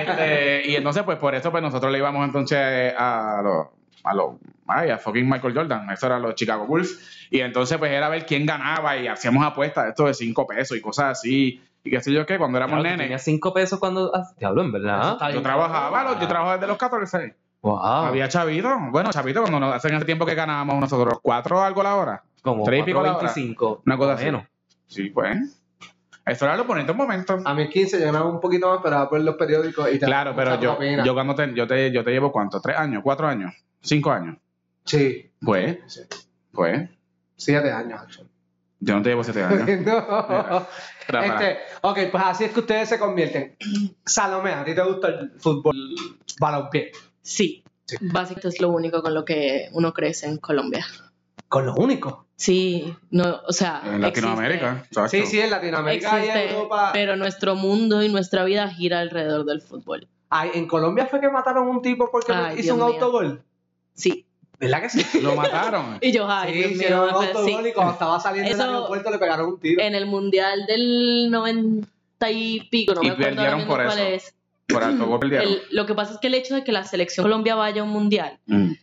Speaker 2: Este, y entonces, pues por eso, pues nosotros le íbamos entonces eh, a los. A los. Ay, a fucking Michael Jordan. Eso eran los Chicago Bulls. Y entonces, pues era ver quién ganaba y hacíamos apuestas de esto de 5 pesos y cosas así. Y qué sé yo qué, cuando éramos
Speaker 4: Claro, tú
Speaker 2: nenes.
Speaker 4: Tenías 5 pesos cuando. ah, Te hablo en verdad.
Speaker 2: Yo trabajaba, los- yo trabajaba desde los 14.
Speaker 4: Wow.
Speaker 2: Había chavito. Bueno, chavito, cuando nos, hace ese tiempo que ganábamos nosotros, ¿cuatro algo la hora?
Speaker 4: como
Speaker 2: tres y pico la hora.
Speaker 4: 4.25.
Speaker 2: Una cosa
Speaker 4: más o menos.
Speaker 2: Sí, pues. Eso era lo bonito en momentos.
Speaker 3: A mis 15 yo ganaba un poquito más, pero ahora por los periódicos y te
Speaker 2: Claro, pero
Speaker 3: mucha
Speaker 2: yo,
Speaker 3: propina.
Speaker 2: yo cuando te, yo te, yo te llevo cuánto, tres años, cuatro años, cinco años.
Speaker 3: Sí,
Speaker 2: Pues, pues,
Speaker 3: 7 años, actually.
Speaker 2: yo no te llevo siete años.
Speaker 3: No.
Speaker 2: Era para-
Speaker 3: Este, ok, pues así es que ustedes se convierten. Salomé, ¿a ti te gusta el fútbol balompié?
Speaker 5: Sí. Básicamente es lo único con lo que uno crece en Colombia.
Speaker 3: Con los únicos.
Speaker 5: Sí, no, o sea.
Speaker 2: en Latinoamérica. exacto.
Speaker 3: Sí, sí, en Latinoamérica
Speaker 5: Existe,
Speaker 3: y en
Speaker 5: existe,
Speaker 3: Europa.
Speaker 5: pero nuestro mundo y nuestra vida gira alrededor del fútbol.
Speaker 3: Ay, en Colombia fue que mataron a un tipo porque
Speaker 5: Ay,
Speaker 3: hizo
Speaker 5: Dios
Speaker 3: un
Speaker 5: mío.
Speaker 3: autogol.
Speaker 5: ¿Sí?
Speaker 3: ¿Verdad que sí?
Speaker 2: Lo mataron.
Speaker 5: Y yo, ay,
Speaker 3: sí,
Speaker 5: Dios mío,
Speaker 3: hicieron un
Speaker 5: no me- sí.
Speaker 3: autogol y cuando estaba saliendo del
Speaker 5: Eso-
Speaker 3: aeropuerto le pegaron un tiro.
Speaker 5: en el mundial del 90 y pico, no
Speaker 2: Y
Speaker 5: me acuerdo ahora
Speaker 2: perdieron
Speaker 5: mismo
Speaker 2: por
Speaker 5: cuál
Speaker 2: eso.
Speaker 5: es.
Speaker 2: Por alto gol perdieron.
Speaker 5: El- lo que pasa es que el hecho de que la selección Colombia vaya a un mundial
Speaker 2: Mm.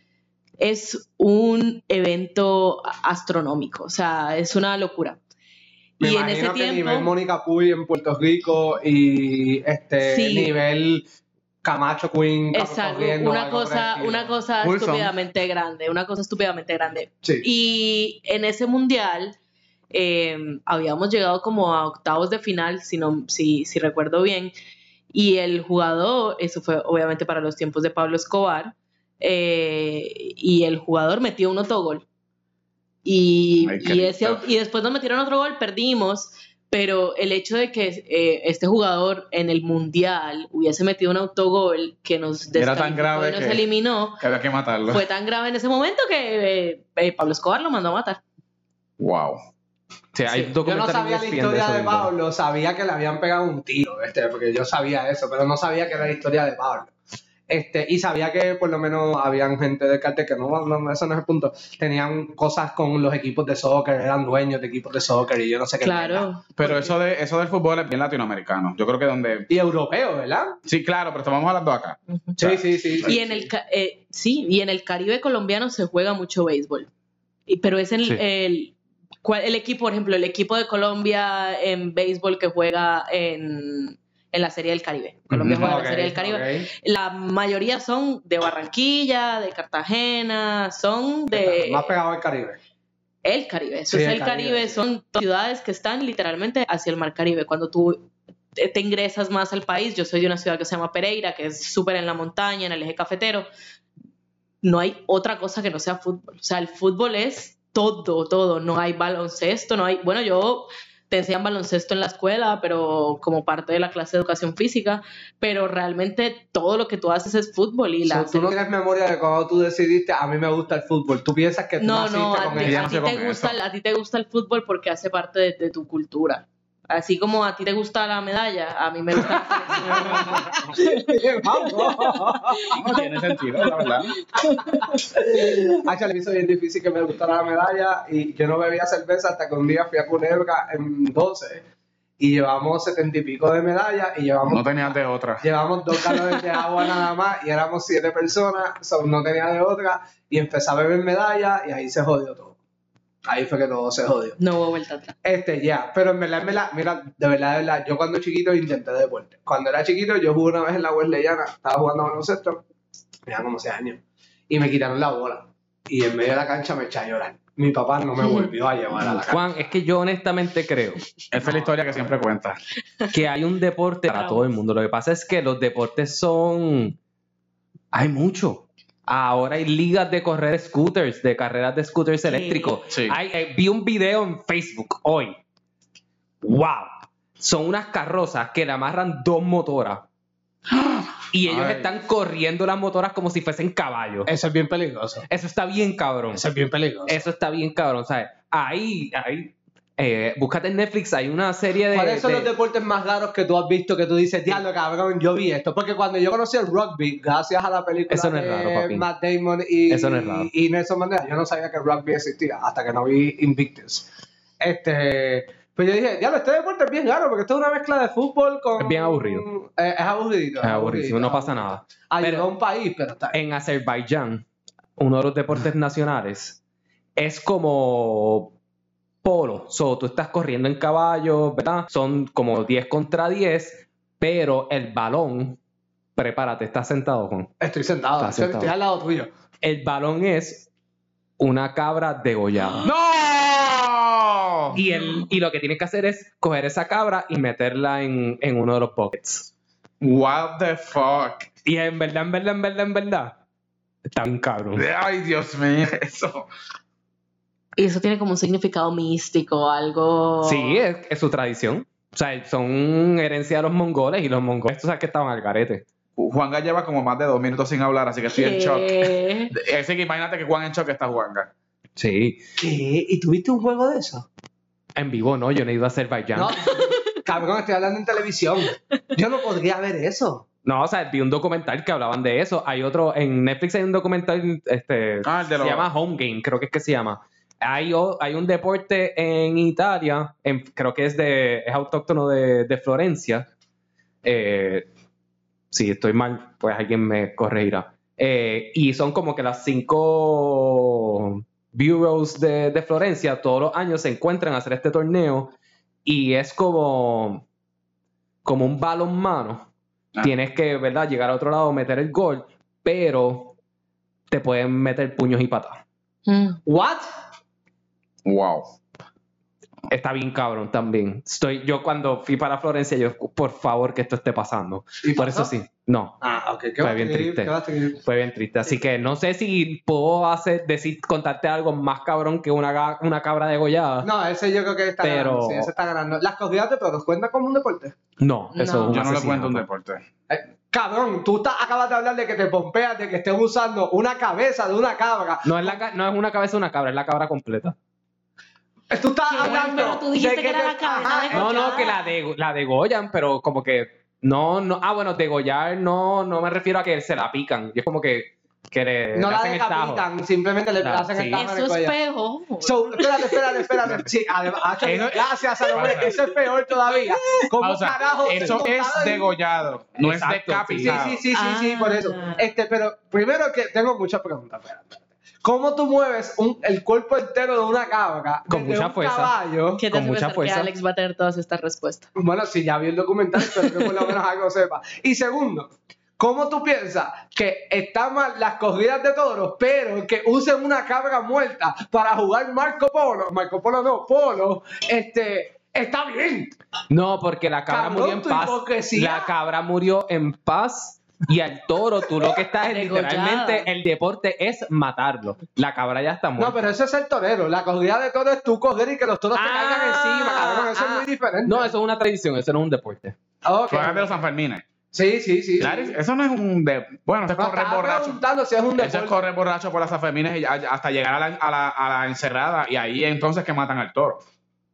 Speaker 5: es un evento a- astronómico, o sea, es una locura.
Speaker 3: Me
Speaker 5: y en
Speaker 3: imagino
Speaker 5: ese
Speaker 3: que nivel
Speaker 5: tiempo,
Speaker 3: Mónica Puy en Puerto Rico y este
Speaker 5: Sí.
Speaker 3: nivel Camacho Queen. Carlos
Speaker 5: exacto,
Speaker 3: Corriendo,
Speaker 5: una
Speaker 3: algo por el
Speaker 5: cosa,
Speaker 3: estilo.
Speaker 5: una cosa
Speaker 2: Wilson.
Speaker 5: estúpidamente grande, una cosa estúpidamente grande.
Speaker 3: Sí.
Speaker 5: Y en ese mundial eh, habíamos llegado como a octavos de final, si, no, si, si recuerdo bien. Y el jugador, eso fue obviamente para los tiempos de Pablo Escobar, eh, y el jugador metió un autogol. Y,
Speaker 2: Ay, qué
Speaker 5: y, ese
Speaker 2: lindo.
Speaker 5: au- y después nos metieron otro gol, perdimos. Pero el hecho de que eh, este jugador en el mundial hubiese metido un autogol que nos
Speaker 2: Era tan
Speaker 5: descalificó
Speaker 2: grave
Speaker 5: y nos
Speaker 2: que-
Speaker 5: eliminó,
Speaker 2: Que había que matarlo.
Speaker 5: fue tan grave en ese momento que eh, eh, Pablo Escobar lo mandó a matar.
Speaker 2: Wow.
Speaker 4: Sí, hay
Speaker 5: Sí.
Speaker 3: Yo no
Speaker 4: documentales
Speaker 3: sabía
Speaker 4: que
Speaker 3: la
Speaker 4: defienden
Speaker 3: historia
Speaker 4: eso
Speaker 3: de
Speaker 4: mismo.
Speaker 3: Pablo, sabía que le habían pegado un tiro, este, porque yo sabía eso, pero no sabía que era la historia de Pablo. Este, y sabía que por lo menos habían gente del cartel que no, no, no, eso no es el punto. Tenían cosas con los equipos de soccer, eran dueños de equipos de soccer y yo no sé qué. mierda.
Speaker 5: Claro.
Speaker 2: Pero eso de eso del fútbol es bien latinoamericano. Yo creo que donde.
Speaker 3: Y europeos, ¿verdad?
Speaker 2: Sí, claro, pero estamos hablando acá.
Speaker 5: Ujú.
Speaker 3: Sí, sí, sí.
Speaker 5: Y en el ca- eh, sí, y en el Caribe colombiano se juega mucho béisbol. Y- Pero es el,
Speaker 4: Sí.
Speaker 5: el, cual- el equipo, por ejemplo, el equipo de Colombia en béisbol que juega en, en la Serie del Caribe. Colombia
Speaker 2: Ujú.
Speaker 5: juega en
Speaker 2: Ok,
Speaker 5: la Serie del Caribe. La mayoría son de Barranquilla, de Cartagena, son de
Speaker 3: Más pegado al Caribe.
Speaker 5: el Caribe. Eso
Speaker 3: Sí,
Speaker 5: es
Speaker 3: el
Speaker 5: el Caribe,
Speaker 3: Caribe, sí.
Speaker 5: son ciudades que están literalmente hacia el mar Caribe. Cuando tú eh, te te ingresas más al país, yo soy de una ciudad que se llama Pereira, que es súper en la montaña, en el eje cafetero. No hay otra cosa que no sea fútbol. O sea, el fútbol es todo, todo. No hay baloncesto, no hay. Bueno, yo te enseñan baloncesto en la escuela, pero como parte de la clase de educación física, pero realmente todo lo que tú haces es fútbol y la
Speaker 3: So, tú no tienes memoria de cuando tú decidiste, a mí me gusta el fútbol. Tú piensas que tú
Speaker 5: No,
Speaker 3: naciste
Speaker 5: no, a
Speaker 3: con
Speaker 5: ti,
Speaker 2: ella
Speaker 5: a
Speaker 2: no
Speaker 5: ti
Speaker 2: se come
Speaker 5: te gusta,
Speaker 2: eso.
Speaker 5: a ti te gusta el fútbol porque hace parte de, de tu cultura. Así como a ti te gusta la medalla, a mí me gusta. la selección.
Speaker 3: el... Vamos.
Speaker 2: No tiene sentido, la verdad.
Speaker 3: Hacha, le hizo bien difícil que me gustara la medalla y yo no bebía cerveza hasta que un día fui a Culebra en 12 y llevamos setenta y pico de medallas y llevamos,
Speaker 2: No tenías de otra.
Speaker 3: llevamos dos galones de agua nada más y éramos siete personas, so, no tenía de otra y empecé a beber medallas y ahí se jodió todo. Ahí fue que todo se jodió.
Speaker 5: No hubo vuelta atrás.
Speaker 3: Este, ya, pero en verdad, en verdad, mira, de verdad, de verdad, yo cuando chiquito intenté deporte. Cuando era chiquito, yo jugué una vez en la Wesleyana, estaba jugando baloncesto, tenía como 6 años, y me quitaron la bola. Y en medio de la cancha me eché a llorar. Mi papá no me volvió a llevar a la cancha.
Speaker 4: Juan, es que yo honestamente creo
Speaker 2: Esa es la historia que siempre cuenta.
Speaker 4: que hay un deporte para todo el mundo. Lo que pasa es que los deportes son. Hay mucho. Ahora hay ligas de correr scooters, de carreras de scooters eléctricos.
Speaker 2: Sí.
Speaker 4: Hay- eh, vi un video en Facebook hoy. ¡Wow! Son unas carrozas que le amarran dos motoras. Y ellos
Speaker 2: Ay.
Speaker 4: están corriendo las motoras como si fuesen caballos.
Speaker 3: Eso es bien peligroso.
Speaker 4: Eso está bien cabrón.
Speaker 3: Eso es bien peligroso.
Speaker 4: Eso está bien cabrón, ¿sabes? Ahí, ahí, eh, búscate en Netflix, hay una serie de...
Speaker 3: ¿Cuáles son
Speaker 4: de-
Speaker 3: los deportes más raros que tú has visto que tú dices, diablo, cabrón, yo vi esto? Porque cuando yo conocí el rugby, gracias a la película
Speaker 4: Eso no es
Speaker 3: de
Speaker 4: raro, papi.
Speaker 3: Matt Damon y,
Speaker 4: Eso no es raro.
Speaker 3: y Nelson Mandela, yo no sabía que el rugby existía hasta que no vi Invictus. Este, pues yo dije, diablo, este deporte es bien raro porque esto es una mezcla de fútbol con...
Speaker 4: Es bien aburrido.
Speaker 3: Eh, es aburridito.
Speaker 4: Es aburrísimo, no pasa nada.
Speaker 3: Ayudó
Speaker 4: Pero-
Speaker 3: a un país, pero está
Speaker 4: En Azerbaiyán, uno de los deportes nacionales, es como polo. So, tú estás corriendo en caballo, ¿verdad? Son como 10 contra 10, pero el balón, prepárate, estás sentado, Juan.
Speaker 3: Estoy sentado,
Speaker 4: Está
Speaker 3: estoy,
Speaker 4: sentado.
Speaker 3: estoy al lado tuyo.
Speaker 4: El balón es una cabra degollada.
Speaker 2: ¡No!
Speaker 4: Y, el, y lo que tienes que hacer es coger esa cabra y meterla en, en uno de los pockets.
Speaker 2: What the fuck?
Speaker 4: Y en verdad, en verdad, en verdad, en verdad. Está bien cabrón.
Speaker 2: Ay, Dios mío, eso.
Speaker 5: Y eso tiene como un significado místico, algo.
Speaker 4: Sí, es, es su tradición. O sea, son herencia de los mongoles y los mongoles, tú sabes que estaban al garete.
Speaker 2: Juanga lleva como más de dos minutos sin hablar, así que estoy en shock.
Speaker 5: ¿Qué?
Speaker 2: Así que imagínate que Juan en shock está Juanga.
Speaker 4: Sí.
Speaker 3: ¿Qué? ¿Y tuviste un juego de eso?
Speaker 4: En vivo no, yo no he ido a Azerbaiyán.
Speaker 3: No,
Speaker 4: No,
Speaker 3: cabrón, estoy hablando en televisión. Yo no podría ver eso.
Speaker 4: o sea, vi un documental que hablaban de eso. Hay otro, en Netflix hay un documental, este,
Speaker 2: Ah, el de
Speaker 4: se
Speaker 2: los-
Speaker 4: llama Home Game, creo que es que se llama. Hay, o- hay un deporte en Italia, en- creo que es de es autóctono de, de Florencia. Eh, si estoy mal, pues alguien me corregirá. Eh, y son como que las cinco bureaus de, de Florencia todos los años se encuentran a hacer este torneo y es como, como un balonmano.
Speaker 2: Ah.
Speaker 4: Tienes que, ¿verdad?, llegar a otro lado, meter el gol, pero te pueden meter puños y patas.
Speaker 5: Mm.
Speaker 3: ¿What?
Speaker 2: Wow.
Speaker 4: Está bien cabrón también. Estoy, yo cuando fui para Florencia, yo, por favor, que esto esté pasando.
Speaker 3: ¿Y
Speaker 4: Por
Speaker 3: pasó?
Speaker 4: eso sí, no,
Speaker 3: Ah, ok. ¿Qué
Speaker 4: Fue
Speaker 3: vas a
Speaker 4: bien
Speaker 3: escribir?
Speaker 4: triste.
Speaker 3: ¿Qué vas a escribir?
Speaker 4: fue bien triste. Así que no sé si puedo hacer, decir, contarte algo más cabrón que una, ga- una cabra degollada. No,
Speaker 3: No, ese yo creo que está
Speaker 4: Pero-
Speaker 3: ganando. Sí, ese está ganando. Las corridas de toros cuentan como un deporte.
Speaker 4: eso
Speaker 5: No.
Speaker 4: es
Speaker 2: Yo
Speaker 4: un
Speaker 2: no le
Speaker 4: asesinato.
Speaker 2: cuento un deporte.
Speaker 3: Cabrón, tú estás- acabas de hablar de que te pompeas, de que estés usando una cabeza de una cabra.
Speaker 4: No es, la ca- no es una cabeza de una cabra, es la cabra completa.
Speaker 3: Tú estás
Speaker 5: Qué bueno,
Speaker 3: hablando.
Speaker 5: pero tú dijiste
Speaker 3: de
Speaker 5: que era la cabeza
Speaker 3: Ajá,
Speaker 5: de
Speaker 3: eh,
Speaker 4: No, no,
Speaker 5: Degollada.
Speaker 4: que la, de, la degollan, pero como que. No, no. Ah, bueno, degollar no, no me refiero a que se la pican. Yo es como que, que le,
Speaker 3: No
Speaker 4: le
Speaker 3: la
Speaker 4: hacen estajo.
Speaker 3: decapitan, simplemente le
Speaker 4: Claro,
Speaker 3: hacen
Speaker 4: sí.
Speaker 3: el tajo en el
Speaker 5: Eso es
Speaker 3: cuello.
Speaker 5: pejo.
Speaker 3: So, espérate, espérate, espérate. Sí, además, ah,
Speaker 2: Eso-
Speaker 3: gracias, Salomé.
Speaker 2: Pausa.
Speaker 3: Eso es peor todavía. ¿Cómo
Speaker 2: Pausa.
Speaker 3: carajo? te
Speaker 2: Eso es
Speaker 3: montaron-
Speaker 2: degollado, no es
Speaker 4: Exacto,
Speaker 3: Sí,
Speaker 2: decapitado.
Speaker 3: sí, sí, sí, sí,
Speaker 5: Ah.
Speaker 3: por eso. Este, pero primero que tengo muchas preguntas. espera, espera. ¿Cómo tú mueves un- el cuerpo entero de una cabra
Speaker 4: Con
Speaker 3: desde
Speaker 4: mucha
Speaker 3: un
Speaker 4: fuerza.
Speaker 3: caballo?
Speaker 5: ¿Qué te
Speaker 4: con
Speaker 5: hace
Speaker 4: mucha
Speaker 5: pensar
Speaker 4: fuerza.
Speaker 5: que Alex va a tener todas estas respuestas?
Speaker 3: Bueno, si ya vi el documental, pero que por lo menos algo sepa. Y segundo, ¿cómo tú piensas que están mal las corridas de toros, pero que usen una cabra muerta para jugar Marco Polo? Marco Polo no, Polo, este, está bien.
Speaker 4: No, porque la cabra
Speaker 3: Cabrón,
Speaker 4: murió en
Speaker 3: tu
Speaker 4: paz.
Speaker 3: hipocresía.
Speaker 4: La cabra murió en paz. Y al toro, tú lo que estás es
Speaker 5: Degollada.
Speaker 4: literalmente el deporte es matarlo. La cabra ya está muerta.
Speaker 3: No, pero eso es el torero. La corrida de toros es tú correr y que los toros te
Speaker 4: Ah,
Speaker 3: caigan encima, cabrón. Eso
Speaker 4: ah.
Speaker 3: es muy diferente.
Speaker 4: No, eso es una tradición, eso no es un deporte.
Speaker 3: Ok.
Speaker 2: Juan de los Sanfermines.
Speaker 3: Sí, sí, sí.
Speaker 2: Laris, eso no es un de... Bueno, eso es
Speaker 3: No,
Speaker 2: correr
Speaker 3: estaba
Speaker 2: borracho.
Speaker 3: preguntando si es un
Speaker 2: Eso es
Speaker 3: deporte.
Speaker 2: correr borracho por las Sanfermines y a- hasta llegar a la, a la- a la encerrada y ahí entonces que matan al toro.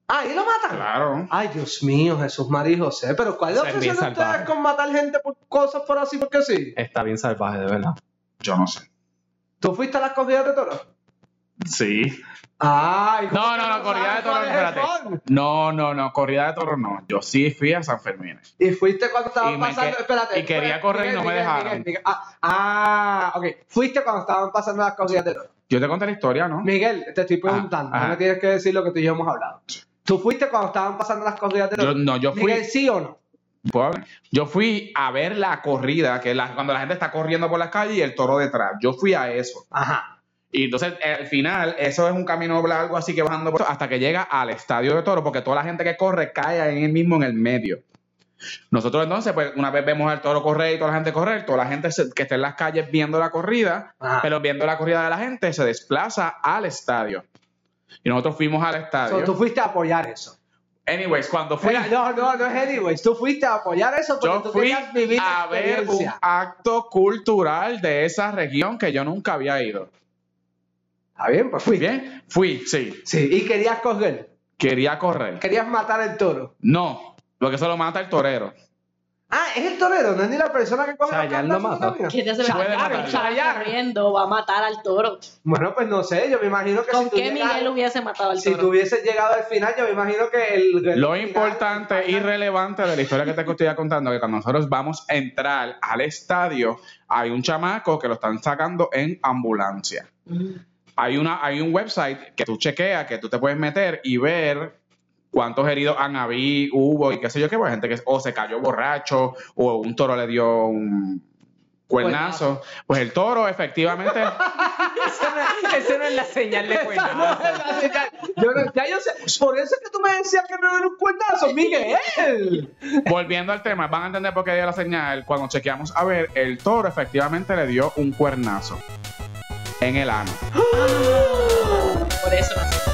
Speaker 3: Ah, ¿y lo matan.
Speaker 2: Claro.
Speaker 3: Ay, Dios mío, Jesús María y José. Pero ¿cuál es
Speaker 4: Eso
Speaker 3: la
Speaker 4: es
Speaker 3: obsesión de
Speaker 4: bien
Speaker 3: ustedes
Speaker 4: salvaje.
Speaker 3: con matar gente por cosas por así porque sí?
Speaker 4: Está bien salvaje, de verdad.
Speaker 2: Yo no sé.
Speaker 3: ¿Tú fuiste a las corridas de toros?
Speaker 2: Sí.
Speaker 3: Ay, ¿cómo
Speaker 2: No,
Speaker 3: que
Speaker 2: no, no, corrida de
Speaker 3: sabes
Speaker 2: toros,
Speaker 3: cuál es el
Speaker 2: espérate.
Speaker 3: son?
Speaker 2: No, no, no, corrida de toros no. Yo sí fui a Sanfermines.
Speaker 3: Y fuiste cuando estaban
Speaker 2: Y me
Speaker 3: pasando.
Speaker 2: que-
Speaker 3: espérate.
Speaker 2: y quería correr y no me dejaron.
Speaker 3: Ah, ah, ok. Fuiste cuando estaban pasando las corridas de toros.
Speaker 2: Yo te conté la historia, ¿no?
Speaker 3: Miguel, te estoy preguntando.
Speaker 2: Ah, ajá.
Speaker 3: No me tienes que decir lo que tú y yo hemos hablado. ¿Tú fuiste cuando estaban pasando las corridas de
Speaker 2: Yo,
Speaker 3: toros?
Speaker 2: no, yo fui...
Speaker 3: Miguel, ¿sí o no?
Speaker 2: ¿Puedo hablar? Yo fui a ver la corrida, que la- cuando la gente está corriendo por las calles y el toro detrás. Yo fui a eso.
Speaker 3: Ajá.
Speaker 2: Y entonces, eh, al final, eso es un camino largo, así que bajando por hasta que llega al estadio de toro, porque toda la gente que corre cae ahí mismo en el medio. Nosotros entonces, pues una vez vemos al toro correr y toda la gente correr, toda la gente se- que está en las calles viendo la corrida,
Speaker 3: Ajá.
Speaker 2: pero viendo la corrida de la gente, se desplaza al estadio. Y nosotros fuimos al
Speaker 3: O
Speaker 2: estadio.
Speaker 3: sea, tú fuiste a apoyar eso.
Speaker 2: Anyways, cuando fui,
Speaker 3: Mira, no, no, no es anyways. Tú fuiste a apoyar eso porque
Speaker 2: yo
Speaker 3: tú
Speaker 2: fui
Speaker 3: querías vivir la
Speaker 2: a ver un
Speaker 3: experiencia.
Speaker 2: acto cultural de esa región que yo nunca había ido.
Speaker 3: Está bien, pues fuiste.
Speaker 2: Bien, fui, sí.
Speaker 3: Sí, y querías coger.
Speaker 2: Quería correr.
Speaker 3: Querías matar el toro.
Speaker 2: No, porque eso lo mata el torero.
Speaker 3: Ah, es el torero, no es ni la persona que coge
Speaker 4: O sea,
Speaker 3: los
Speaker 4: ya lo
Speaker 3: cantazos que
Speaker 4: mata.
Speaker 3: camina.
Speaker 5: ¿Qué te hace
Speaker 2: Puede
Speaker 5: pensar que
Speaker 2: matarlo.
Speaker 5: estaba corriendo va a matar al toro?
Speaker 3: Bueno, pues no sé, yo me imagino que
Speaker 5: ¿Con
Speaker 3: si tú
Speaker 5: qué
Speaker 3: llegas-
Speaker 5: Miguel hubiese matado al
Speaker 3: si
Speaker 5: toro?
Speaker 3: tú hubieses llegado al final, yo me imagino que el. el
Speaker 2: Lo
Speaker 3: final-
Speaker 2: importante y relevante de la historia que te estoy contando que cuando nosotros vamos a entrar al estadio, hay un chamaco que lo están sacando en ambulancia.
Speaker 5: Mm.
Speaker 2: Hay, una, hay un website que tú chequeas, que tú te puedes meter y ver cuántos heridos han habido, hubo y qué sé yo qué, pues, gente que o se cayó borracho o un toro le dio un cuernazo. Pues el toro efectivamente...
Speaker 4: Esa no es la señal de cuernazo.
Speaker 3: Yo no- ya yo sé. Por eso es que tú me decías que no era un cuerdazo, Miguel.
Speaker 2: Volviendo al tema, van a entender por qué dio la señal. Cuando chequeamos, a ver, el toro efectivamente le dio un cuernazo en el ano.
Speaker 5: Por eso no sé.